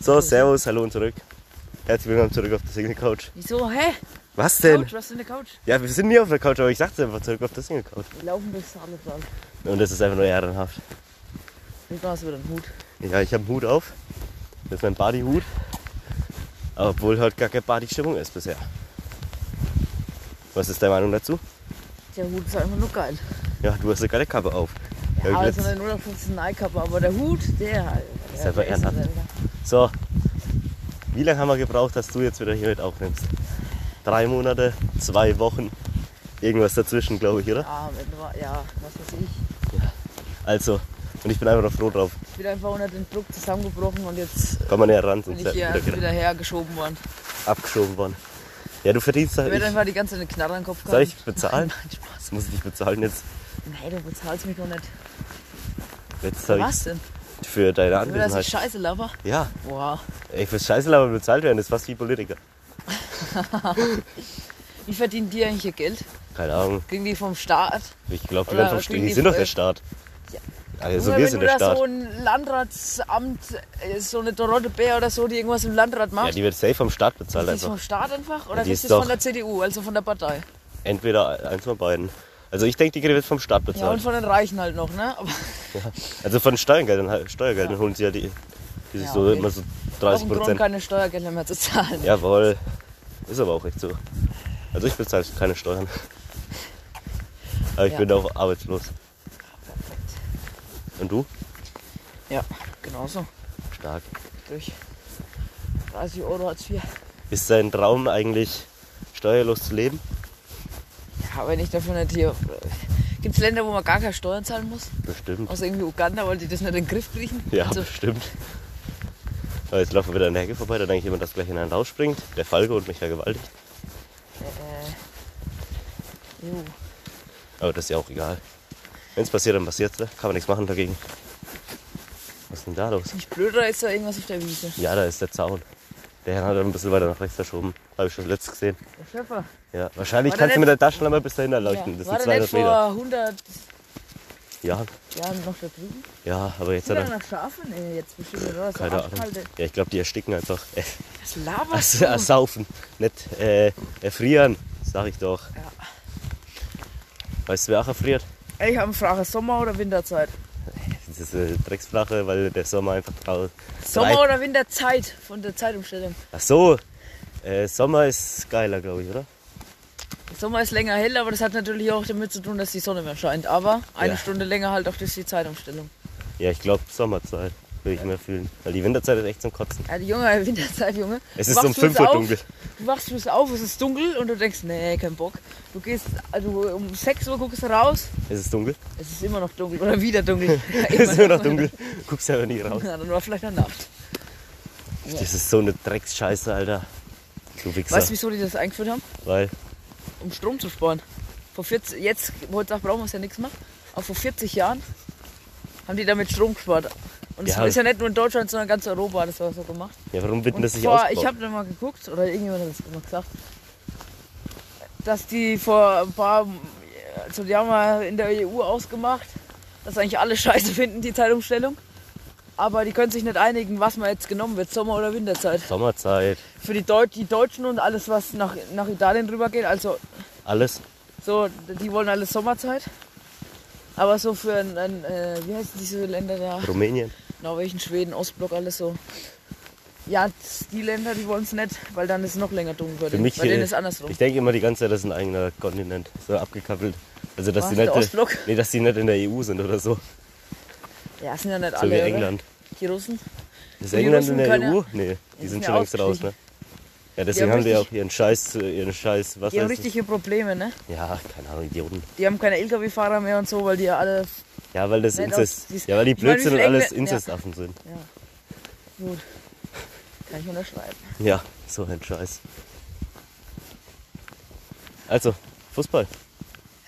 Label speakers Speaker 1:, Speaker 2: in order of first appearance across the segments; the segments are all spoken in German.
Speaker 1: So, servus, hallo und zurück. Herzlich willkommen zurück auf der Single Couch.
Speaker 2: Wieso? Hä?
Speaker 1: Was denn?
Speaker 2: Couch, was ist denn eine Couch?
Speaker 1: Ja, wir sind nie auf der Couch, aber ich sag's einfach zurück auf der Single Couch.
Speaker 2: Wir laufen bis zur anderen Wand.
Speaker 1: Und das ist einfach nur ehrenhaft.
Speaker 2: Mit was über den Hut.
Speaker 1: Ja, ich habe einen Hut auf. Das ist mein Bodyhut. Obwohl heute gar keine Partystimmung ist bisher. Was ist deine Meinung dazu?
Speaker 2: Der Hut ist einfach nur geil.
Speaker 1: Ja, du hast eine geile Kappe auf. Ja,
Speaker 2: Ja,
Speaker 1: ich
Speaker 2: also
Speaker 1: letzt-
Speaker 2: eine 015 Eikappe, aber der Hut, der.
Speaker 1: Ist
Speaker 2: der
Speaker 1: einfach
Speaker 2: es
Speaker 1: ehrenhaft. So, wie lange haben wir gebraucht, dass du jetzt wieder hier mit aufnimmst? Drei Monate, zwei Wochen, irgendwas dazwischen, glaube ich, oder?
Speaker 2: Ja, mit, Wa- ja, was weiß ich.
Speaker 1: Also, und ich bin einfach noch froh drauf.
Speaker 2: Ich bin einfach unter den Druck zusammengebrochen und jetzt
Speaker 1: Komm mal näher ran,
Speaker 2: bin
Speaker 1: sonst
Speaker 2: ich
Speaker 1: seid ihr
Speaker 2: hier
Speaker 1: halt wieder, genau.
Speaker 2: wieder hergeschoben worden.
Speaker 1: abgeschoben worden. Ja, du verdienst das.
Speaker 2: Ich werde
Speaker 1: Ich,
Speaker 2: einfach die ganze Zeit eine Knarre in den Kopf
Speaker 1: soll ich
Speaker 2: gehabt.
Speaker 1: bezahlen?
Speaker 2: Nein, Spaß.
Speaker 1: Das muss ich nicht bezahlen jetzt.
Speaker 2: Nein, du bezahlst mich doch nicht.
Speaker 1: Jetzt
Speaker 2: Für
Speaker 1: hab
Speaker 2: was denn?
Speaker 1: ich für deine
Speaker 2: Für das ich
Speaker 1: Anwesenheit.
Speaker 2: scheiße laber?
Speaker 1: Ja,
Speaker 2: Wow.
Speaker 1: ey, fürs Scheiße aber bezahlt werden, das ist fast wie Politiker.
Speaker 2: Wie verdienen die eigentlich ihr Geld?
Speaker 1: Keine Ahnung.
Speaker 2: Kriegen die vom Staat?
Speaker 1: Ich glaube, die,
Speaker 2: Oder
Speaker 1: werden vom Sta-
Speaker 2: kriegen
Speaker 1: die
Speaker 2: die
Speaker 1: sind doch
Speaker 2: voll-
Speaker 1: der Staat.
Speaker 2: Ja.
Speaker 1: Also
Speaker 2: Junge,
Speaker 1: wir
Speaker 2: wenn
Speaker 1: sind
Speaker 2: du
Speaker 1: der
Speaker 2: da
Speaker 1: Staat.
Speaker 2: so ein Landratsamt, äh, so eine Dorotte Bär oder so, die irgendwas im Landrat
Speaker 1: Ja,
Speaker 2: macht,
Speaker 1: die wird safe vom Staat bezahlt also
Speaker 2: ist das vom
Speaker 1: einfach.
Speaker 2: Staat einfach
Speaker 1: Ja,
Speaker 2: oder
Speaker 1: die
Speaker 2: ist
Speaker 1: ist
Speaker 2: das
Speaker 1: doch-
Speaker 2: von der CDU, also von der Partei?
Speaker 1: Entweder eins von beiden. Also ich denke, die wird vom Staat
Speaker 2: Ja, und
Speaker 1: bezahlt.
Speaker 2: von den Reichen halt noch, ne? Aber
Speaker 1: also von Steuergeldern, halt- Steuergeldern holen sie ja die, die sich
Speaker 2: Ja,
Speaker 1: so
Speaker 2: okay.
Speaker 1: immer so
Speaker 2: auch
Speaker 1: 30
Speaker 2: im Grund
Speaker 1: Prozent.
Speaker 2: keine Steuergelder mehr zu zahlen.
Speaker 1: Jawohl. Ist aber auch echt so. Also ich bezahle keine Steuern. Aber ich
Speaker 2: Ja.
Speaker 1: bin auch arbeitslos.
Speaker 2: Perfekt.
Speaker 1: Und du?
Speaker 2: Ja, genauso.
Speaker 1: Stark.
Speaker 2: Durch 30 Euro Hartz IV.
Speaker 1: Ist dein Traum eigentlich steuerlos zu leben?
Speaker 2: Ja, wenn ich dafür nicht hier. Gibt es Länder, wo man gar keine Steuern zahlen muss?
Speaker 1: Bestimmt.
Speaker 2: Außer irgendwie Uganda, weil die das nicht in den Griff kriegen.
Speaker 1: Ja,
Speaker 2: Also,
Speaker 1: bestimmt. Aber jetzt laufen wir wieder an der Hecke vorbei, da denke ich jemand, dass gleich in einen rausspringt. Der Falke und mich vergewaltigt.
Speaker 2: Äh, jo.
Speaker 1: Aber das ist ja auch egal. Wenn es passiert, dann passiert ne? Kann man nichts machen dagegen. Was ist denn da los?
Speaker 2: Nicht blöd, oder ist da irgendwas auf der Wiese?
Speaker 1: Ja, da ist der Zaun. Der Herr hat ein bisschen weiter nach rechts verschoben. Habe ich schon letzt gesehen.
Speaker 2: Der Schöpfer.
Speaker 1: Ja, wahrscheinlich kannst
Speaker 2: War der
Speaker 1: du
Speaker 2: nicht-
Speaker 1: mit der Taschenlampe bis dahinter
Speaker 2: Ja.
Speaker 1: leuchten. Das
Speaker 2: War
Speaker 1: sind
Speaker 2: der nicht
Speaker 1: 200 Meter.
Speaker 2: vor 100
Speaker 1: Ja,
Speaker 2: Jahren noch da drüben?
Speaker 1: ja, aber jetzt hat
Speaker 2: Sind da
Speaker 1: er.
Speaker 2: noch Schafe? Nee, jetzt bestimmt, oder? So
Speaker 1: Keine Ahnung.
Speaker 2: Arschkalte.
Speaker 1: Ja, ich glaube, die ersticken einfach. Äh,
Speaker 2: Was laberst du?
Speaker 1: ersaufen, nicht äh, erfrieren, sag ich doch.
Speaker 2: Ja.
Speaker 1: Weißt du, wer auch erfriert?
Speaker 2: Ey, Ich habe eine Frage, Sommer- oder Winterzeit?
Speaker 1: Diese Drecksflache, weil der Sommer einfach draußen.
Speaker 2: Sommer- oder Winterzeit von der Zeitumstellung.
Speaker 1: Ach so, äh, Sommer ist geiler, glaube ich, oder?
Speaker 2: Sommer ist länger hell, aber das hat natürlich auch damit zu tun, dass die Sonne mehr scheint. Aber eine
Speaker 1: Ja.
Speaker 2: Stunde länger halt auch durch die Zeitumstellung.
Speaker 1: Ja, ich glaube, Sommerzeit würde ich mehr fühlen. Weil die Winterzeit ist echt zum Kotzen.
Speaker 2: Ja, die Junge, Winterzeit, Junge.
Speaker 1: Es
Speaker 2: Du
Speaker 1: ist um
Speaker 2: wachst morgens
Speaker 1: 5 Uhr
Speaker 2: auf,
Speaker 1: dunkel.
Speaker 2: Du wachst bis auf, es ist dunkel und du denkst, nee, kein Bock. Du gehst, also um 6 Uhr guckst du raus,
Speaker 1: Es ist dunkel.
Speaker 2: es ist immer noch dunkel oder wieder dunkel. Ja,
Speaker 1: Es ist immer noch dunkel. Guckst aber nie raus.
Speaker 2: Ja, dann war vielleicht noch Nacht.
Speaker 1: Das ist so eine Drecksscheiße, Alter. Du Wichser.
Speaker 2: Weißt du, wieso die das eingeführt haben?
Speaker 1: Weil,
Speaker 2: um Strom zu sparen. Vor 40, jetzt, heutzutage brauchen wir es ja nichts mehr, aber vor 40 Jahren haben die damit Strom gespart. Und das
Speaker 1: Ja.
Speaker 2: ist ja nicht nur in Deutschland, sondern ganz Europa hat das so gemacht.
Speaker 1: ja, warum wird denn
Speaker 2: Und
Speaker 1: das nicht
Speaker 2: vor,
Speaker 1: ausgebaut?
Speaker 2: ich habe da mal geguckt, oder irgendjemand hat das mal gesagt, dass die vor ein paar, also die haben mal in der EU ausgemacht, dass eigentlich alle scheiße finden, die Zeitumstellung. Aber die können sich nicht einigen, was mal jetzt genommen wird, Sommer- oder Winterzeit.
Speaker 1: Sommerzeit,
Speaker 2: Für die, Deut die Deutschen und alles, was nach, nach Italien rübergeht, also
Speaker 1: alles.
Speaker 2: so, die wollen alle Sommerzeit. Aber so für ein, ein äh, wie heißen diese Länder da?
Speaker 1: Rumänien.
Speaker 2: Norwegen, Schweden, Ostblock, alles so. Ja, die Länder, die wollen es nicht, weil dann ist es noch länger dunkel. Bei
Speaker 1: Für
Speaker 2: denen,
Speaker 1: mich,
Speaker 2: bei denen
Speaker 1: äh,
Speaker 2: ist es andersrum.
Speaker 1: Ich denke immer die ganze Zeit, das ist ein eigener Kontinent, so abgekappelt. Also dass
Speaker 2: Was,
Speaker 1: die
Speaker 2: der
Speaker 1: nicht,
Speaker 2: Ostblock?
Speaker 1: nee, dass die nicht in der EU sind oder so, so
Speaker 2: ja, es sind ja nicht alle.
Speaker 1: wie
Speaker 2: oder?
Speaker 1: England.
Speaker 2: Die Russen.
Speaker 1: Ist
Speaker 2: Die
Speaker 1: England
Speaker 2: Russen
Speaker 1: in der
Speaker 2: können
Speaker 1: EU?
Speaker 2: ja-
Speaker 1: Nee, die
Speaker 2: sind
Speaker 1: sind
Speaker 2: ja
Speaker 1: schon längst raus, ne? Ja, deswegen haben,
Speaker 2: haben
Speaker 1: die auch
Speaker 2: richtig-
Speaker 1: ihren Scheiß, äh, ihren Scheiß, was
Speaker 2: Die haben
Speaker 1: heißt das?
Speaker 2: richtige Probleme, ne?
Speaker 1: Ja, keine Ahnung, Idioten.
Speaker 2: Die haben keine LKW-Fahrer mehr und so, weil die ja alle.
Speaker 1: Ja, weil das
Speaker 2: Nein,
Speaker 1: Inzest,
Speaker 2: doch, die ist-
Speaker 1: ja, weil die
Speaker 2: Ich meine,
Speaker 1: blöd
Speaker 2: wie
Speaker 1: sind und
Speaker 2: viel
Speaker 1: alles
Speaker 2: Engl- ja.
Speaker 1: Inzestaffen sind.
Speaker 2: Ja. Gut. Kann ich unterschreiben.
Speaker 1: Ja, so ein Scheiß. Also, Fußball.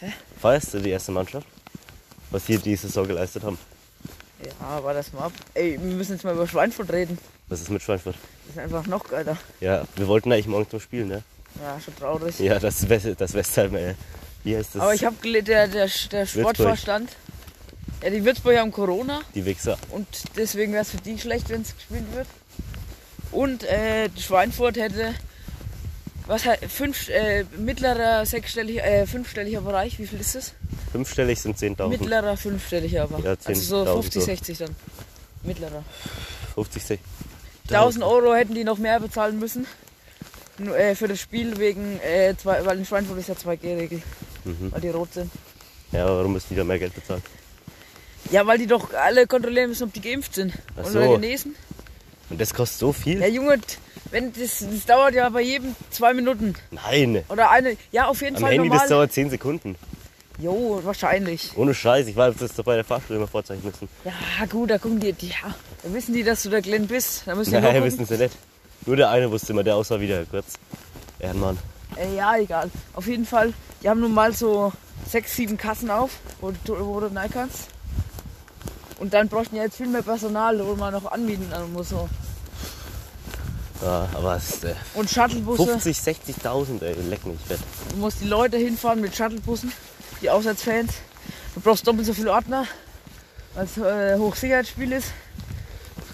Speaker 1: Hä? Feierst du die erste Mannschaft? Was hier die Saison geleistet haben.
Speaker 2: Ja, aber das mal ab. Ey, wir müssen jetzt mal über Schweinfurt reden.
Speaker 1: Was ist mit Schweinfurt?
Speaker 2: Das ist einfach noch geiler.
Speaker 1: Ja, wir wollten eigentlich morgen zum Spielen, ne?
Speaker 2: Ja, schon traurig.
Speaker 1: Ja, das, West, das Westheim, ey. Wie heißt das?
Speaker 2: Aber ich habe gelesen, der, der, der Sportvorstand, ja, die Würzburger haben Corona
Speaker 1: die Wichser.
Speaker 2: und deswegen wäre es für die schlecht, wenn es gespielt wird. Und äh, Schweinfurt hätte was hat, fünf, äh, mittlerer sechsstellig, äh, fünfstelliger Bereich, wie viel ist es?
Speaker 1: Fünfstellig sind 10.000.
Speaker 2: Mittlerer fünfstelliger aber.
Speaker 1: Ja,
Speaker 2: also
Speaker 1: 10.000
Speaker 2: so
Speaker 1: so.
Speaker 2: 50, 60 dann. Mittlerer.
Speaker 1: 50, 60.
Speaker 2: 1000 Euro hätten die noch mehr bezahlen müssen. Nur, äh, für das Spiel wegen, äh, zwei, weil in Schweinfurt ist ja 2G-Regel,
Speaker 1: Mhm.
Speaker 2: weil die rot sind.
Speaker 1: Ja, aber warum müssen die da mehr Geld bezahlen?
Speaker 2: Ja, weil die doch alle kontrollieren müssen, ob die geimpft sind.
Speaker 1: Ach
Speaker 2: oder
Speaker 1: so.
Speaker 2: genesen.
Speaker 1: Und das kostet so viel?
Speaker 2: Ja, Junge, t- wenn das, das dauert ja bei jedem zwei Minuten.
Speaker 1: Nein.
Speaker 2: Oder eine. Ja, auf jeden
Speaker 1: Am
Speaker 2: Fall
Speaker 1: Handy, das
Speaker 2: halt normal.
Speaker 1: dauert 10 Sekunden.
Speaker 2: Jo, wahrscheinlich.
Speaker 1: Ohne Scheiß, ich war das doch bei der Fahrschule immer vorzeichnen müssen.
Speaker 2: Ja, gut, da gucken die. die ja, da wissen die, dass du der Glenn bist. Da müssen die noch
Speaker 1: Naja,
Speaker 2: gucken.
Speaker 1: wissen sie nicht. Nur der eine wusste immer, der aussah wieder kurz. Ehrenmann.
Speaker 2: Äh, ja, egal. Auf jeden Fall, die haben nun mal so sechs, sieben Kassen auf, wo du, wo du rein kannst. Und dann bräuchten ja jetzt viel mehr Personal, wo man noch anbieten muss. So.
Speaker 1: Ja, aber es ist, äh,
Speaker 2: Und Shuttlebusse.
Speaker 1: 50, 60.000, ey, leck mich fett.
Speaker 2: Du musst die Leute hinfahren mit Shuttlebussen, die Auswärtsfans. Du brauchst doppelt so viele Ordner, weil es äh, Hochsicherheitsspiel ist.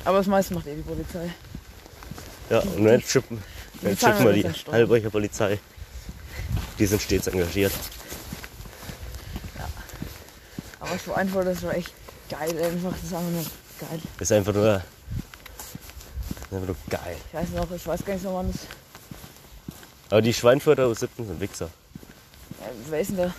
Speaker 2: Aber das meiste macht eh die Polizei.
Speaker 1: Ja, und dann schippen, dann
Speaker 2: die zahlen
Speaker 1: schippen wir
Speaker 2: uns
Speaker 1: die
Speaker 2: dann Steuern.
Speaker 1: Halbrecher Polizei. Die sind stets engagiert.
Speaker 2: Aber Schweinfurt, das war echt geil einfach. Das ist einfach nur geil.
Speaker 1: Ist einfach nur. Ist einfach nur geil.
Speaker 2: Ich weiß noch, ich weiß gar nicht noch wann das...
Speaker 1: Aber die Schweinfurter U17 sind Wichser.
Speaker 2: Äh, wer ist denn da?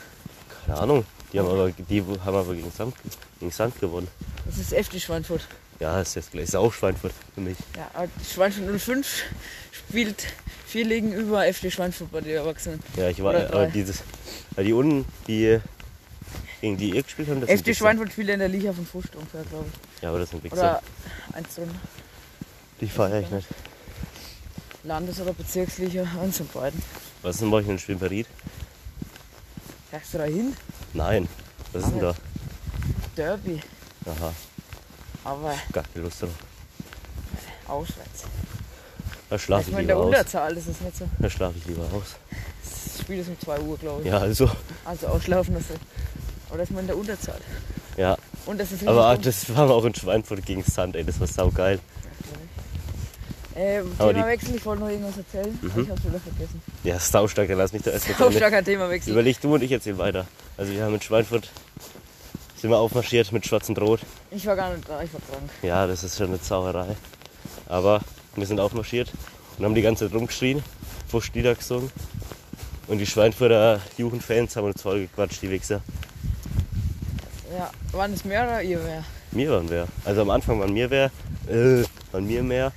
Speaker 1: Keine Ahnung. Die haben aber, die haben aber gegen, Sand, gegen Sand gewonnen.
Speaker 2: Das ist FD Schweinfurt.
Speaker 1: Ja, ist jetzt gleich. Ist auch Schweinfurt für mich.
Speaker 2: Ja, aber Schweinfurt 05 spielt viel gegenüber FD Schweinfurt bei den Erwachsenen.
Speaker 1: Ja, ich war.
Speaker 2: Oder
Speaker 1: Aber
Speaker 2: drei.
Speaker 1: dieses. Weil die unten, die. Gegen die ihr gespielt haben, das sind
Speaker 2: FD
Speaker 1: Wichser.
Speaker 2: Schweinfurt spielt in der Liga von Furcht ungefähr, glaube ich.
Speaker 1: Ja, aber das sind Wichser.
Speaker 2: Oder eins drin.
Speaker 1: Die feiere ich nicht.
Speaker 2: Landes- oder Bezirksliga, eins von beiden.
Speaker 1: Was ist denn bei euch in Schwimperit?
Speaker 2: Sagst du da hin?
Speaker 1: Nein. Was ist denn da?
Speaker 2: Derby,
Speaker 1: Aha,
Speaker 2: aber
Speaker 1: gar keine Lust drauf.
Speaker 2: auswärts.
Speaker 1: Da schlafe
Speaker 2: Ich
Speaker 1: ich
Speaker 2: meine, in
Speaker 1: lieber aus.
Speaker 2: der Unterzahl ist es nicht so.
Speaker 1: Da schlafe ich lieber aus.
Speaker 2: Das Spiel ist um 2 Uhr, glaube ich.
Speaker 1: Ja, also.
Speaker 2: Also ausschlafen ist so. Aber das ist man in der Unterzahl.
Speaker 1: Ja,
Speaker 2: Und das ist richtig
Speaker 1: aber ah,
Speaker 2: dumm.
Speaker 1: das war auch in Schweinfurt gegen Sand, ey, das war saugeil.
Speaker 2: äh,
Speaker 1: aber
Speaker 2: Thema
Speaker 1: die- Mhm.
Speaker 2: Wechsel, ich wollte noch irgendwas erzählen. Ich hab's wieder vergessen.
Speaker 1: Ja, saustark, dann lass mich da erst mal
Speaker 2: Sau
Speaker 1: dran.
Speaker 2: starker Themawechsel.
Speaker 1: Überleg du und ich erzähl weiter. Also wir haben in Schweinfurt, sind wir aufmarschiert mit Schwarz und Rot.
Speaker 2: Ich war gar nicht da, ich war krank.
Speaker 1: Ja, das ist schon eine Zauerei. Aber wir sind aufmarschiert und haben die ganze Zeit rumgeschrien, Fuschlieder gesungen. Und die Schweinfurter Jugendfans haben uns vollgequatscht, die Wichser.
Speaker 2: Ja, waren es mehr oder ihr mehr?
Speaker 1: Mir waren wer. Also am Anfang waren mir wer, äh, waren mir mehr.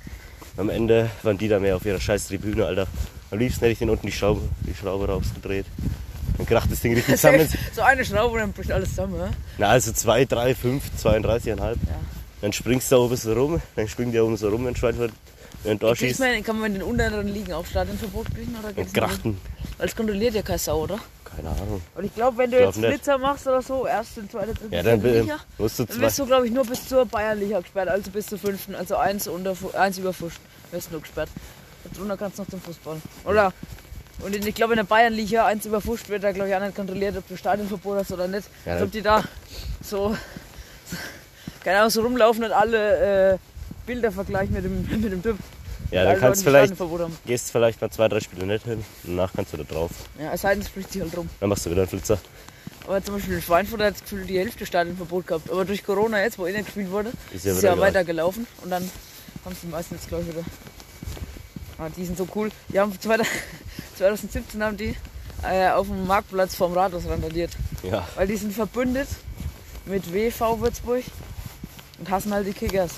Speaker 1: Am Ende waren die da mehr auf ihrer scheiß Tribüne, Alter. Am liebsten hätte ich den unten die Schraube, die Schraube rausgedreht. Dann gedacht, das Ding richtig zusammen.
Speaker 2: so eine Schraube und dann bricht alles zusammen, ne? ja?
Speaker 1: Na, also 2, 3, 5, 32,5.
Speaker 2: Ja.
Speaker 1: Dann springst du da oben so rum, dann springen die da oben so rum, wenn Schweinfurt wenn du da
Speaker 2: Kriegt
Speaker 1: schießt.
Speaker 2: man, kann man in den unteren Ligen auch Stadionverbot kriegen oder geht's
Speaker 1: Und
Speaker 2: nicht?
Speaker 1: Grachten.
Speaker 2: Weil es kontrolliert ja keine Sau, oder?
Speaker 1: Keine Ahnung.
Speaker 2: Und ich glaube, wenn du
Speaker 1: Glaub
Speaker 2: jetzt
Speaker 1: nicht.
Speaker 2: Blitzer machst oder so, erste, zweite, dritte,
Speaker 1: Ja, dann
Speaker 2: vierte
Speaker 1: äh,
Speaker 2: Liga,
Speaker 1: musst du
Speaker 2: dann
Speaker 1: zwei.
Speaker 2: bist du, glaube ich, nur bis zur Bayernliga gesperrt, also bis zur fünften, also eins, unter, Fu- eins über Fuschen, wirst du nur gesperrt. Darunter kannst du noch zum Fußball, oder? Und in- ich glaube, in der Bayernliga, eins über Fuschen wird da, glaube ich, auch nicht kontrolliert, ob du Stadionverbot hast oder nicht.
Speaker 1: Ja,
Speaker 2: als
Speaker 1: ne?
Speaker 2: ob die da so, so keine Ahnung, so rumlaufen und alle äh, Bilder vergleichen mit dem, mit dem Typ.
Speaker 1: Ja,
Speaker 2: Alle
Speaker 1: dann kannst
Speaker 2: Leute, die
Speaker 1: du vielleicht,
Speaker 2: Stadionverbot haben.
Speaker 1: gehst vielleicht mal zwei, drei Spiele nicht hin. Danach kannst du da drauf.
Speaker 2: Ja, es sei denn, es spricht sich halt rum.
Speaker 1: Dann machst du wieder einen Flitzer.
Speaker 2: Aber zum Beispiel in Schweinfurt hat gefühlt die Hälfte Stadionverbot gehabt. Aber durch Corona jetzt, wo eh nicht gespielt wurde,
Speaker 1: Ist
Speaker 2: ist
Speaker 1: ja
Speaker 2: ja,
Speaker 1: wieder egal.
Speaker 2: weitergelaufen. Und dann haben es die meisten jetzt, glaube ich, wieder. Aber die sind so cool. Die haben 2017 haben die äh, auf dem Marktplatz vorm Rathaus randaliert.
Speaker 1: Ja.
Speaker 2: Weil die sind verbündet mit WV Würzburg und hassen halt die Kickers.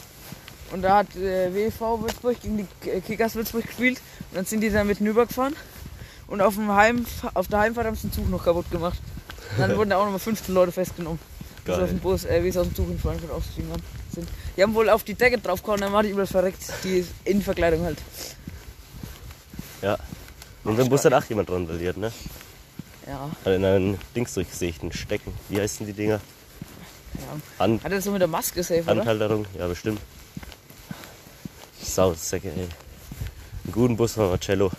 Speaker 2: Und da hat äh, WV Würzburg gegen die K- äh, Kickers Würzburg gespielt und dann sind die da mit hinübergefahren und auf, dem Heim, auf der Heimfahrt haben sie den Zug noch kaputt gemacht. Und dann wurden da auch nochmal 15 Leute festgenommen, die so
Speaker 1: Geil.
Speaker 2: auf dem Bus, äh, wie sie aus dem Zug in Frankfurt ausgestiegen haben. Sind. Die haben wohl auf die Decke draufgehauen, dann war die übel verreckt, die Innenverkleidung halt.
Speaker 1: Ja. Und dann muss dann auch jemand randaliert, ne?
Speaker 2: Ja,
Speaker 1: Hat in einen Dings durchgesichten Stecken. Wie heißen die Dinger?
Speaker 2: ja.
Speaker 1: An
Speaker 2: Hat er das so mit der Maske safe, oder?
Speaker 1: Handhalterung? Ja, bestimmt. Sausäcke, ey. Einen guten Bus von Marcello.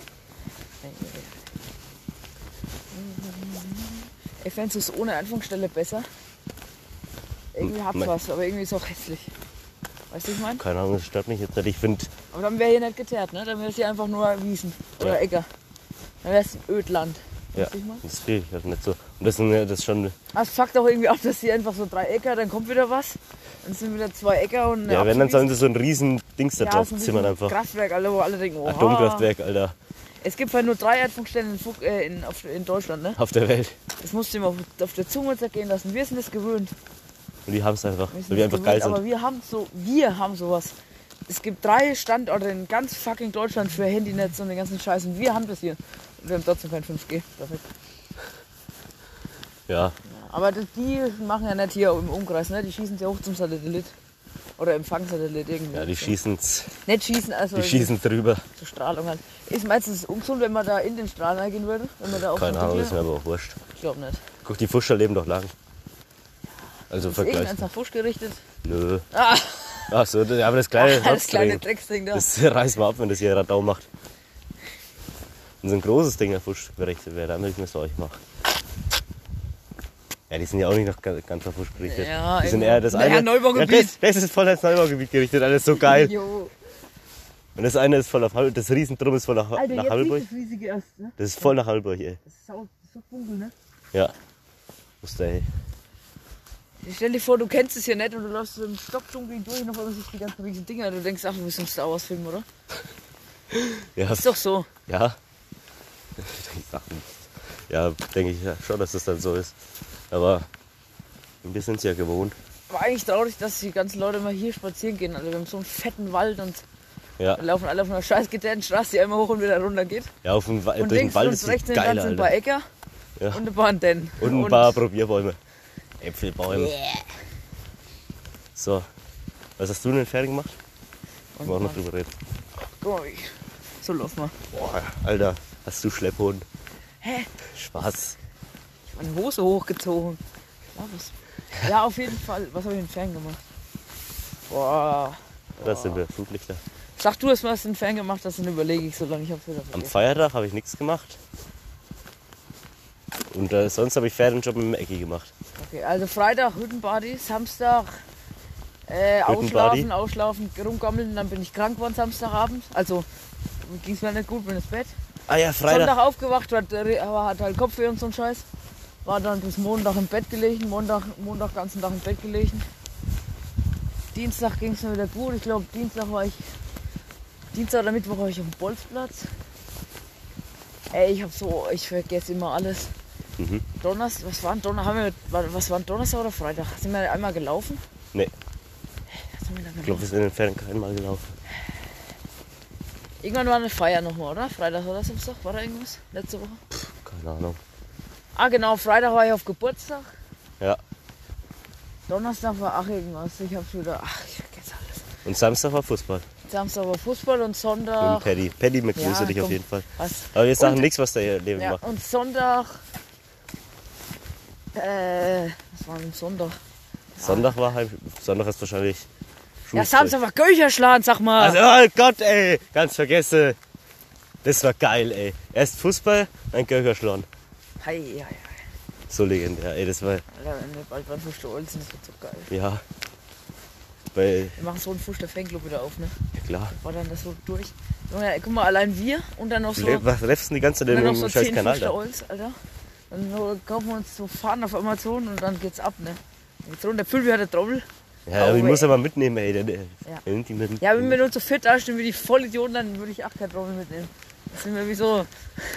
Speaker 2: Ey, fändest du es ohne Anfangsstelle besser? Irgendwie
Speaker 1: Hm,
Speaker 2: hat's
Speaker 1: mein- Hm,
Speaker 2: was, aber irgendwie ist es auch hässlich. Weißt du, was ich meine?
Speaker 1: Keine Ahnung, das stört mich jetzt nicht. Ich finde
Speaker 2: Aber dann wäre hier nicht geteert, ne? Dann wäre es hier einfach nur Wiesen oder
Speaker 1: Ja.
Speaker 2: Äcker. Dann wäre es Ödland.
Speaker 1: Ja,
Speaker 2: Richtig mal?
Speaker 1: das kriege ich halt nicht so. Und das, sind ja- das ist schon,
Speaker 2: Ah, es fuckt auch irgendwie ab, dass hier einfach so drei Äcker, dann kommt wieder was. Dann sind wieder zwei Äcker und eine
Speaker 1: ja, wenn, dann
Speaker 2: Abzugswiese.
Speaker 1: sollen sie so ein riesen Dings da
Speaker 2: Ja,
Speaker 1: drauf
Speaker 2: so ein
Speaker 1: zimmern
Speaker 2: riesen
Speaker 1: einfach.
Speaker 2: Kraftwerk, alle, wo alle denken, oh.
Speaker 1: Atomkraftwerk, Alter,
Speaker 2: Es gibt halt nur drei Erdfunkstellen in, Fug- äh, in, auf, in Deutschland, ne?
Speaker 1: auf der Welt.
Speaker 2: Das musst du immer auf, auf der Zunge zergehen lassen. Wir sind es gewöhnt.
Speaker 1: Und die haben es einfach,
Speaker 2: Wir sind
Speaker 1: weil die
Speaker 2: es
Speaker 1: einfach
Speaker 2: gewöhnt,
Speaker 1: geil sind.
Speaker 2: Aber wir haben so, wir haben sowas. Es gibt drei Standorte in ganz fucking Deutschland für Handynetz und den ganzen Scheiß und wir haben das hier. Und wir haben trotzdem kein 5G. Perfekt.
Speaker 1: Ja,
Speaker 2: Aber das, die machen ja nicht hier im Umkreis, ne? Die schießen ja hoch zum Satellit. Oder Empfangssatellit irgendwie.
Speaker 1: ja, die schießen's,
Speaker 2: Nicht schießen, also
Speaker 1: die schießen drüber.
Speaker 2: zur Strahlung halt. Ist meistens ungesund, wenn man da in den Strahl reingehen würde? Wenn man da auf
Speaker 1: Keine
Speaker 2: so
Speaker 1: Ahnung,
Speaker 2: dunkle-
Speaker 1: ist mir aber auch wurscht.
Speaker 2: Ich glaube nicht.
Speaker 1: Guck, die Fuscher leben doch lang. Also
Speaker 2: Ist
Speaker 1: vergleich.
Speaker 2: irgendeins nach Fusch gerichtet?
Speaker 1: Nö.
Speaker 2: Ah,
Speaker 1: Ach so, das- aber das kleine
Speaker 2: das kleine
Speaker 1: Rotzring,
Speaker 2: Drecksding da.
Speaker 1: Das reißt mal ab, wenn das hier Radau macht. Und so ein großes Ding, der Fusch berechnet wäre, dann würde ich mir euch machen. Ja, die sind ja auch nicht nach ga- ganz auf Fusch gerichtet.
Speaker 2: Ja,
Speaker 1: die sind
Speaker 2: irgendwo.
Speaker 1: eher das
Speaker 2: Naja,
Speaker 1: eine.
Speaker 2: Neubaugebiet.
Speaker 1: Ja, das, das ist voll ans Neubaugebiet gerichtet, alles so geil.
Speaker 2: Jo.
Speaker 1: Und das eine ist voll auf Hall- das Riesendrum ist voll nach,
Speaker 2: Alter,
Speaker 1: nach
Speaker 2: Also jetzt
Speaker 1: Hallburg.
Speaker 2: sieht das riesige erst, ne?
Speaker 1: Das ist voll nach Hallburg, ey.
Speaker 2: Das ist, auch, das ist doch dunkel, ne?
Speaker 1: Ja. Wusste, ey.
Speaker 2: Stell dir vor, du kennst es hier nicht und du läufst so im Stockdunkel durch und auf einmal siehst du die ganzen riesen Dinger. Du denkst, ach, du bist im Star Wars Film, oder?
Speaker 1: Ja,
Speaker 2: Ist doch so.
Speaker 1: Ja. Ich sag nicht. Ja, denke ich ja schon, dass das dann so ist. Aber wir sind es ja gewohnt.
Speaker 2: Aber eigentlich traurig, dass die ganzen Leute immer hier spazieren gehen. Also wir haben so einen fetten Wald und
Speaker 1: Ja,
Speaker 2: da laufen alle auf einer scheiß geteerten Straße, die einmal hoch und wieder runter geht.
Speaker 1: ja auf dem Wa
Speaker 2: Und
Speaker 1: durch den
Speaker 2: links
Speaker 1: Wald
Speaker 2: und
Speaker 1: ist es
Speaker 2: rechts sind
Speaker 1: geil,
Speaker 2: ganz ein paar
Speaker 1: Alter.
Speaker 2: Äcker
Speaker 1: Ja.
Speaker 2: und ein paar Antennen.
Speaker 1: Und ein paar Probierbäume. Äpfelbäume. So. Was hast du denn fertig gemacht?
Speaker 2: Und
Speaker 1: Wollen wir auch noch
Speaker 2: dann-
Speaker 1: drüber reden.
Speaker 2: Guck mal, wie Oh, ich- So lauf mal.
Speaker 1: Boah, Alter, hast du Schlepphund?
Speaker 2: Hä?
Speaker 1: Spaß.
Speaker 2: Meine Hose hochgezogen. Ja, was? ja, auf jeden Fall. Was habe ich denn Fan gemacht? Boah.
Speaker 1: Das sind wir Flutlichter.
Speaker 2: Sag du erst mal, was du einen Fan gemacht hast, dann überlege ich so lange. Ich hab's wieder
Speaker 1: Am
Speaker 2: vergessen.
Speaker 1: Feiertag habe ich nichts gemacht. Und äh, sonst habe ich Ferienjob mit dem Ecki gemacht.
Speaker 2: Okay, also Freitag Hüttenparty, Samstag äh,
Speaker 1: Hüttenparty.
Speaker 2: ausschlafen, ausschlafen, rumgammeln. Dann bin ich krank geworden Samstagabend. Also ging es mir nicht gut, bin ins Bett.
Speaker 1: Ah ja, Freitag.
Speaker 2: Sonntag aufgewacht, hat, äh, aber hat halt Kopfweh und so ein Scheiß. War dann bis Montag im Bett gelegen, Montag, Montag ganzen Tag im Bett gelegen. Dienstag ging es mir wieder gut. Ich glaube, Dienstag war ich. Dienstag oder Mittwoch war ich auf dem Bolzplatz. Ey, ich hab so, ich vergesse immer alles.
Speaker 1: Mhm.
Speaker 2: Donnerstag, was waren Donnerstag? Haben wir, war- was waren Donnerstag oder Freitag? Sind wir einmal gelaufen?
Speaker 1: Nee,
Speaker 2: Was haben wir dann
Speaker 1: ich glaube,
Speaker 2: gelaufen?
Speaker 1: wir sind in den Ferien kein Mal gelaufen.
Speaker 2: Irgendwann war eine Feier nochmal, oder? Freitag oder Samstag? War da irgendwas? Letzte Woche?
Speaker 1: Keine Ahnung.
Speaker 2: Ah genau, Freitag war ich auf Geburtstag.
Speaker 1: Ja.
Speaker 2: Donnerstag war ach irgendwas. Ich hab's wieder. Ach, ich vergesse alles.
Speaker 1: Und Samstag war Fußball.
Speaker 2: Samstag war Fußball und
Speaker 1: Mit dem
Speaker 2: Sonntag.
Speaker 1: Paddy. Paddy mit
Speaker 2: Ja,
Speaker 1: Grüße dich auf
Speaker 2: komm.
Speaker 1: jeden Fall.
Speaker 2: Was?
Speaker 1: Aber wir sagen
Speaker 2: Und-
Speaker 1: nichts, was der Leben
Speaker 2: Ja,
Speaker 1: macht.
Speaker 2: und Sonntag. Äh, was war denn Sonntag?
Speaker 1: Sonntag war halt. Sonntag ist wahrscheinlich.
Speaker 2: Ja,
Speaker 1: Schulstrich.
Speaker 2: Samstag war Göcherschlagen, sag mal.
Speaker 1: Also, oh Gott, ey. Ganz vergesse. Das war geil, ey. Erst Fußball, dann Göcherschlorn.
Speaker 2: Hei, hei, hei.
Speaker 1: So legendär, ey. Das war.
Speaker 2: Alter, wenn wir bald beim Fusch der Olsen sind, das wird so geil.
Speaker 1: Ja. Weil.
Speaker 2: Wir machen so einen Fusch der Fanclub wieder auf, ne?
Speaker 1: Ja, klar.
Speaker 2: War dann das so durch. Junge, guck mal, allein wir und dann noch so.
Speaker 1: Le- Was treffst du die ganze Zeit
Speaker 2: Und
Speaker 1: in
Speaker 2: dann noch
Speaker 1: dem
Speaker 2: so
Speaker 1: scheiß
Speaker 2: 10
Speaker 1: Kanal
Speaker 2: Kanal,
Speaker 1: da?
Speaker 2: Olds, Alter. Dann so kaufen wir uns so Faden auf Amazon und dann geht's ab, ne? Jetzt runter, Pülvi hat eine Trommel.
Speaker 1: Ja, aber ich
Speaker 2: Oh,
Speaker 1: muss
Speaker 2: ey.
Speaker 1: aber mitnehmen, ey. Der, der,
Speaker 2: Ja.
Speaker 1: irgendwie mit,
Speaker 2: Ja, wenn wir nur zu viert dastehen wie die Vollidioten, dann würde ich auch keine Trommel mitnehmen. Das sind wir wie so.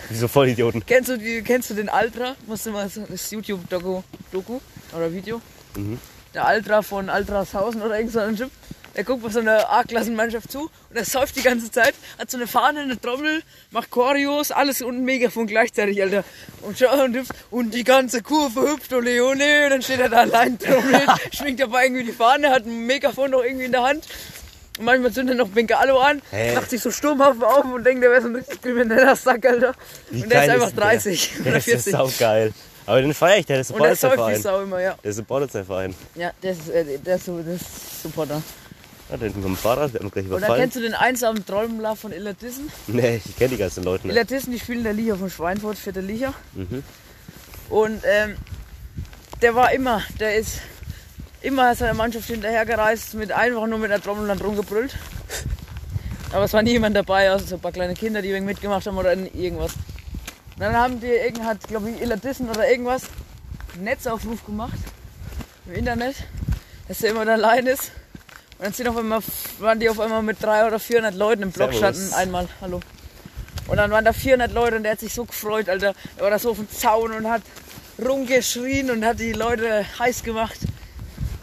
Speaker 1: Wie so Vollidioten.
Speaker 2: Kennst du, die, kennst du den Altra? Musst du mal so- das YouTube-Doku Doku, oder Video?
Speaker 1: Mhm.
Speaker 2: Der Altra von Altrashausen oder irgend so ein Typ. Der guckt bei so einer A-Klassenmannschaft zu und er säuft die ganze Zeit, hat so eine Fahne, eine Trommel, macht Choreos, alles und ein Megafon gleichzeitig, Alter. Und, scha- und hüpft und die ganze Kurve hüpft, ole ole, und dann steht er da allein, trommelt, schwingt dabei irgendwie die Fahne, hat ein Megafon noch irgendwie in der Hand. Und manchmal zündet er noch Bengalo an,
Speaker 1: Hey.
Speaker 2: macht sich so Sturmhafen auf und denkt, der wäre so ein richtig krimineller Sack, Alter.
Speaker 1: Wie
Speaker 2: und der ist
Speaker 1: geil
Speaker 2: einfach
Speaker 1: denn
Speaker 2: 30
Speaker 1: der?
Speaker 2: oder
Speaker 1: Das ist
Speaker 2: 40.
Speaker 1: ja saugeil. Aber den feier ich, der ist ein
Speaker 2: Und der säuft die
Speaker 1: Polizeiverein.
Speaker 2: Sau immer, ja.
Speaker 1: Der ist ein Polizeiverein.
Speaker 2: Ja, das ist, äh, das ist, so- das ist Supporter.
Speaker 1: Ja, Ah, der ist mit dem Fahrrad, der hat mich gleich
Speaker 2: Oder
Speaker 1: überfallen.
Speaker 2: kennst du den einsamen Träumler von Illertissen?
Speaker 1: Nee, ich kenne die ganzen Leute nicht.
Speaker 2: Illertissen, die spielen in der Liga von Schweinfurt, vierte Liga.
Speaker 1: Mhm.
Speaker 2: Und ähm, der war immer, der ist immer seiner Mannschaft hinterhergereist, mit einfach nur mit einer Trommel und rumgebrüllt. Aber es war niemand dabei, außer so ein paar kleine Kinder, die wegen mitgemacht haben oder in irgendwas. Und dann haben die, irgend, hat, glaube ich, Illa Dissen oder irgendwas, einen Netzaufruf gemacht im Internet, dass er immer allein ist. Und dann sind auf einmal, waren die auf einmal mit 300 oder 400 Leuten im Block
Speaker 1: Servus.
Speaker 2: standen, einmal, hallo. Und dann waren da 400 Leute und der hat sich so gefreut, Alter. Er war da so auf dem Zaun und hat rumgeschrien und hat die Leute heiß gemacht,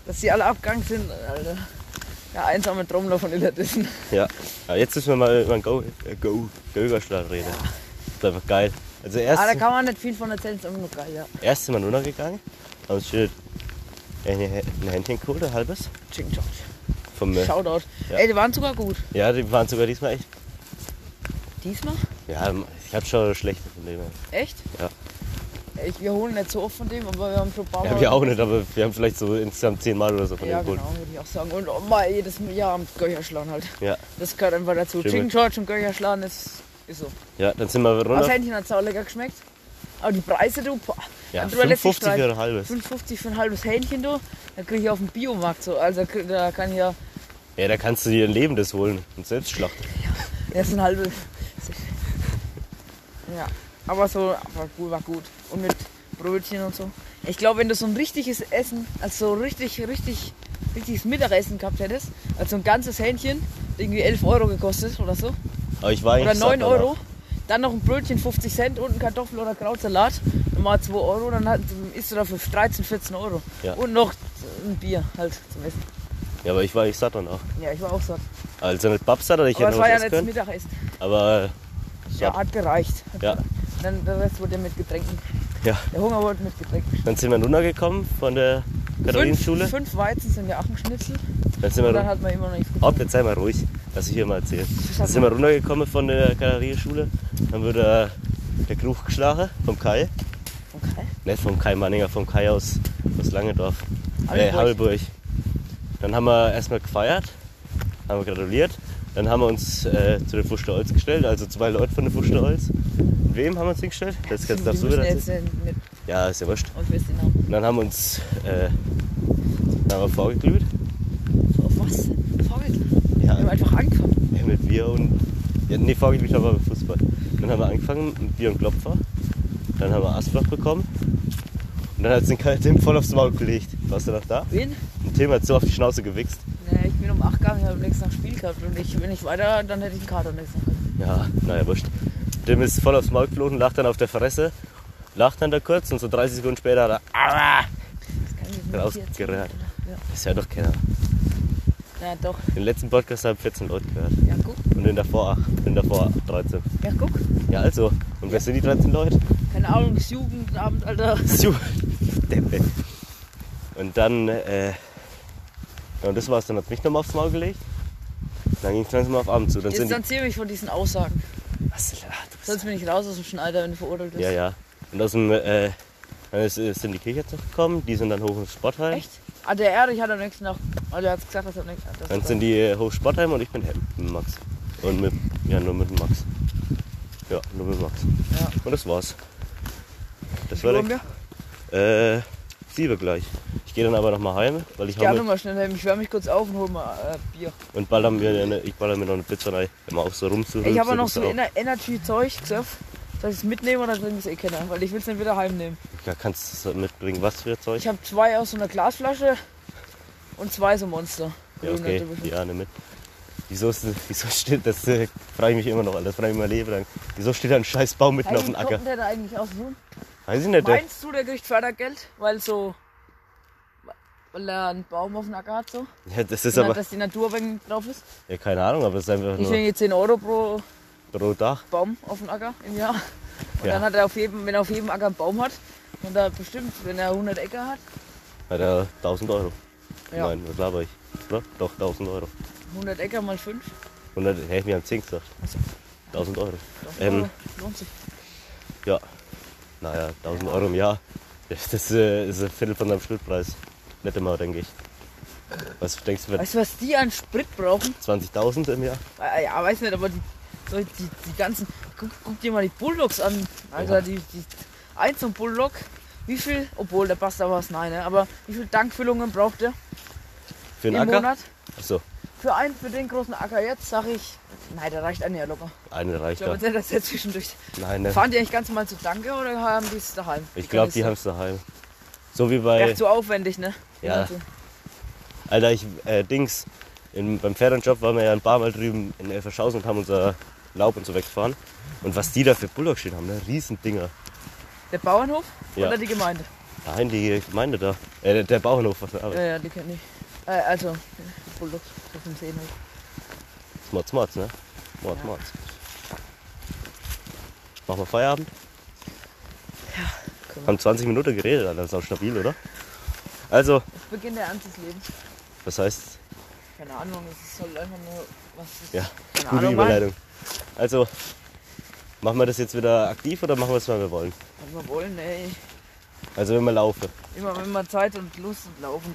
Speaker 2: dass sie alle abgegangen sind, Alter. Der einsame Trommler von Illa Dissen.
Speaker 1: Ja. ja jetzt müssen wir mal über den Go, äh, Go, Gögerschlag reden. ist einfach geil. Also erst,
Speaker 2: Ah, da kann man nicht viel von erzählen, ist einfach nur geil, ja.
Speaker 1: erst sind wir runtergegangen, haben uns schön ein, ein Händchen geholt, ein halbes.
Speaker 2: Ching Chong.
Speaker 1: Vom, äh,
Speaker 2: Shoutout.
Speaker 1: Ja.
Speaker 2: Ey, die waren sogar gut.
Speaker 1: ja, die waren sogar diesmal echt.
Speaker 2: Diesmal?
Speaker 1: Ja, ich hab schon schlechte von dem her.
Speaker 2: Echt?
Speaker 1: Ja.
Speaker 2: Ich, wir holen nicht so oft von dem, aber wir haben schon ein paar
Speaker 1: Ja, wir auch nicht, aber wir haben vielleicht so insgesamt zehnmal oder so von
Speaker 2: Ja,
Speaker 1: dem geholt.
Speaker 2: genau, würde ich auch sagen. Und oh, mal jedes Jahr am Göcherschlagen halt.
Speaker 1: Ja.
Speaker 2: Das gehört einfach dazu.
Speaker 1: Stimmt.
Speaker 2: Ching George und Göcherschlagen ist, ist so.
Speaker 1: ja, dann sind wir
Speaker 2: Das
Speaker 1: runter.
Speaker 2: Händchen hat sau lecker geschmeckt. Aber die Preise, also du, boah.
Speaker 1: Ja,
Speaker 2: Darüber lässt sich
Speaker 1: 55
Speaker 2: streiten.
Speaker 1: oder halbes.
Speaker 2: 55 für ein halbes Hähnchen, du. Da kriege ich auf dem Biomarkt so. Also da krieg- da kann ich ja.
Speaker 1: Ja, da kannst du dir ein lebendes holen und selbst schlachten.
Speaker 2: Das ist ein halbes. Ja, aber so war gut, war gut. Und mit Brötchen und so. Ich glaube, wenn du so ein richtiges Essen, also so richtig, richtig, richtiges Mittagessen gehabt hättest, also so ein ganzes Hähnchen, irgendwie 11 Euro gekostet oder so,
Speaker 1: Aber ich war eigentlich
Speaker 2: oder
Speaker 1: satt
Speaker 2: 9
Speaker 1: danach.
Speaker 2: Euro, dann noch ein Brötchen 50 Cent und ein Kartoffel- oder Krautsalat, nochmal 2 Euro, dann hat, isst du dafür 13, 14 Euro.
Speaker 1: Ja.
Speaker 2: Und noch ein Bier halt zum Essen.
Speaker 1: Ja, aber ich war eigentlich satt danach.
Speaker 2: Ja, ich war auch satt.
Speaker 1: Also nicht Babsatt, oder ich
Speaker 2: Aber
Speaker 1: hätte
Speaker 2: es
Speaker 1: noch
Speaker 2: war
Speaker 1: was
Speaker 2: ja
Speaker 1: essen
Speaker 2: nicht zum
Speaker 1: können.
Speaker 2: Mittagessen.
Speaker 1: Aber
Speaker 2: Ja,
Speaker 1: Satt.
Speaker 2: hat gereicht.
Speaker 1: äh, ja,
Speaker 2: Dann der Rest wurde mit Getränken.
Speaker 1: Ja.
Speaker 2: Der Hunger wurde mit Getränken.
Speaker 1: dann sind wir runtergekommen von der Katharinenschule.
Speaker 2: Fünf, fünf Weizen sind ja Achenschnitzel.
Speaker 1: Dann sind wir
Speaker 2: Und dann
Speaker 1: runter.
Speaker 2: hat man immer noch nichts
Speaker 1: Oh,
Speaker 2: getrunken.
Speaker 1: jetzt sei mal ruhig, dass ich hier mal erzähle.
Speaker 2: sag
Speaker 1: Dann sind wir
Speaker 2: mal.
Speaker 1: runtergekommen von der Katharinenschule. Dann wurde äh, der Krug geschlagen vom Kai.
Speaker 2: Okay.
Speaker 1: Nicht vom Kai Manninger, vom Kai aus, aus Langedorf. Äh,
Speaker 2: Hammelburg.
Speaker 1: Hammelburg. Dann haben wir erstmal gefeiert, haben wir gratuliert. Dann haben wir uns äh, zu den Fuschterholz gestellt, also zwei Leute von den Fuschterholz. Und wem haben wir uns hingestellt? Das kannst darfst du
Speaker 2: Also, Wir
Speaker 1: wieder
Speaker 2: müssen
Speaker 1: erzählen.
Speaker 2: jetzt nicht mit
Speaker 1: Ja, ist ja wurscht.
Speaker 2: und wir sind auch-
Speaker 1: Und dann haben wir uns äh, dann haben wir vorgeglüht.
Speaker 2: auf was? Vorgeglüht.
Speaker 1: Ja,
Speaker 2: Wir haben einfach angefangen.
Speaker 1: mit Bier und. Ja, nee, vorgeglüht haben wir mit Fußball. Dann haben wir angefangen mit Bier und Klopfer. Dann haben wir Asbach bekommen. Und dann hat es den Kai Tim voll aufs Maul gelegt. Warst du noch da?
Speaker 2: Wen?
Speaker 1: Und Tim hat so auf die Schnauze gewichst.
Speaker 2: Naja, ich bin um 8 gegangen, ich habe nichts nach Spiel gehabt. Und ich, wenn ich weiter, dann hätte ich einen Kater nächsten Tag.
Speaker 1: Ja, naja, wurscht. Tim ist voll aufs Maul geflogen, lacht dann auf der Fresse, lacht dann da kurz und so 30 Sekunden später hat er, aua,
Speaker 2: Das kann ich jetzt nicht hier
Speaker 1: rausgerührt.
Speaker 2: erzählen, oder?
Speaker 1: Das hört doch keiner.
Speaker 2: Ja. ja, doch.
Speaker 1: Den letzten Podcast haben 14 Leute gehört.
Speaker 2: Ja, guck.
Speaker 1: Und den davor, den davor 13.
Speaker 2: Ja, guck.
Speaker 1: Ja, also. Und wer sind die 13 Leute?
Speaker 2: Keine Ahnung, das Jugendabend, Alter.
Speaker 1: Zu. Deppe. Und dann, äh, ja, und das war's. Dann hat mich nochmal aufs Maul gelegt. Dann ging es langsam auf Abend zu. Dann sind die,
Speaker 2: Distanziere mich von diesen Aussagen.
Speaker 1: was, ah, du bist
Speaker 2: Sonst bin ich raus aus dem Schneider, wenn du verurteilt bist.
Speaker 1: Ja, ja. Und aus dem, äh, dann ist, äh, sind die Kirche gekommen, die sind dann hoch ins Sportheim.
Speaker 2: Echt? Ah, der Erich hat am nächsten Tag. Ah, der hat gesagt, dass er am nächsten Tag. das
Speaker 1: Dann
Speaker 2: war.
Speaker 1: sind die äh, hoch Sportheim und ich bin Hemd mit Max. Und mit, ja, nur mit Max. Ja, nur mit Max.
Speaker 2: Ja.
Speaker 1: Und das war's. Das war
Speaker 2: Wollen
Speaker 1: der,
Speaker 2: wir?
Speaker 1: äh, sieben gleich. Ich gehe dann aber nochmal heim, weil ich
Speaker 2: Ja,
Speaker 1: habe
Speaker 2: nochmal schnell heim. Ich wärme mich kurz auf und hol mal äh, Bier.
Speaker 1: und baller mir eine, ich baller mir noch eine Pizza rein, immer auf so rumzuhören.
Speaker 2: ich habe noch so Ener- Energy-Zeug gesagt. Soll ich es mitnehmen oder trinken es eh keiner? Weil ich will es nicht wieder heimnehmen.
Speaker 1: Ja, kannst du mitbringen, was für Zeug?
Speaker 2: Ich habe zwei aus so einer Glasflasche und zwei so Monster.
Speaker 1: Ja, okay,
Speaker 2: Grüne,
Speaker 1: die Ahne mit. Wieso, ist, wieso steht das? Äh, frage ich mich immer noch, alles frage ich mein Leben lang. Wieso steht da ein scheiß Baum mitten
Speaker 2: Hey,
Speaker 1: auf dem
Speaker 2: wie kommt
Speaker 1: Acker?
Speaker 2: denn der da eigentlich aus dem Hut?
Speaker 1: Weiß ich nicht. Der,
Speaker 2: Meinst du, der kriegt Fördergeld? Weil so. Weil er einen Baum auf dem Acker hat, so.
Speaker 1: ja, das ist
Speaker 2: Na,
Speaker 1: aber.
Speaker 2: dass die Natur wegen drauf ist.
Speaker 1: Ja, keine Ahnung, aber das ist einfach
Speaker 2: Genau, Ich
Speaker 1: nur
Speaker 2: denke 10 Euro pro
Speaker 1: pro Dach.
Speaker 2: Baum auf dem Acker im Jahr. Und
Speaker 1: Ja.
Speaker 2: dann hat er auf jedem, wenn er auf jedem Acker einen Baum hat, und da bestimmt, wenn er 100 Äcker hat,
Speaker 1: Hat er 1000 Euro.
Speaker 2: Ja.
Speaker 1: Nein, was laber ich? Oder? Doch, 1000 Euro.
Speaker 2: 100 Äcker mal 5,
Speaker 1: Und dann, hey, wir haben 10 gesagt.
Speaker 2: Ach so.
Speaker 1: 1000 Euro.
Speaker 2: doch,
Speaker 1: Ähm.
Speaker 2: Also lohnt sich.
Speaker 1: Ja. Naja, 1000 Euro im Jahr. Das das, äh, ist ein Viertel von seinem Spritpreis. Nicht immer, denke ich. Was denkst du, wenn
Speaker 2: Weißt du, was die an Sprit brauchen?
Speaker 1: 20.000 im Jahr?
Speaker 2: Äh, Ja, weiß nicht, aber die, so die, die ganzen, guck, guck dir mal die Bulldogs an. Alter,
Speaker 1: Ja.
Speaker 2: die, die, ein zum Bulldog, wie viel, obwohl der passt da was, nein, ne? aber wie viel Dankfüllungen braucht der
Speaker 1: Für
Speaker 2: im
Speaker 1: einen Acker?
Speaker 2: Monat?
Speaker 1: Achso.
Speaker 2: für einen, für den großen Acker jetzt, sage ich, nein, da reicht einer ja locker.
Speaker 1: Eine
Speaker 2: Ich
Speaker 1: reicht
Speaker 2: glaube
Speaker 1: ja.
Speaker 2: jetzt nicht, dass der zwischendurch.
Speaker 1: Nein, ne?
Speaker 2: Fahren die eigentlich ganz normal zu Danke oder haben die es daheim?
Speaker 1: Ich glaube, die haben es daheim. So wie bei,
Speaker 2: Wäre zu aufwendig, ne? Die
Speaker 1: Ja.
Speaker 2: ganze-
Speaker 1: Alter, ich, äh, Dings, in, beim Fährernjob waren wir ja ein paar Mal drüben in Elfershausen und haben unser Laub und so weggefahren. Und was die da für Bullock stehen haben, ne? Riesendinger.
Speaker 2: Der Bauernhof
Speaker 1: Ja.
Speaker 2: oder die Gemeinde?
Speaker 1: Nein, die Gemeinde da. Äh, der- der Bauernhof, was da
Speaker 2: Ja,
Speaker 1: arbeitet.
Speaker 2: ja, die kenne ich. Äh, also, Bulldogs auf dem Seenhof.
Speaker 1: Mats, Mats, ne? Mats,
Speaker 2: Ja.
Speaker 1: Mats. Machen wir Feierabend?
Speaker 2: können wir.
Speaker 1: Haben 20 Minuten geredet, Alter. Ist auch stabil, oder? Also,
Speaker 2: Beginn der Ernst des Lebens.
Speaker 1: das heißt,
Speaker 2: Keine Ahnung, es soll einfach nur was.
Speaker 1: Ja, gute
Speaker 2: keine Ahnung, Mann.
Speaker 1: Überleitung. Also, machen wir das jetzt wieder aktiv oder machen wir es, wann wir wollen?
Speaker 2: Was wir wollen, ey.
Speaker 1: Also, wenn wir laufen.
Speaker 2: Immer wenn wir Zeit und Lust und laufen.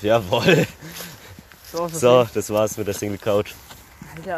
Speaker 1: Jawohl.
Speaker 2: So, so.
Speaker 1: So, das war's mit der Single Couch.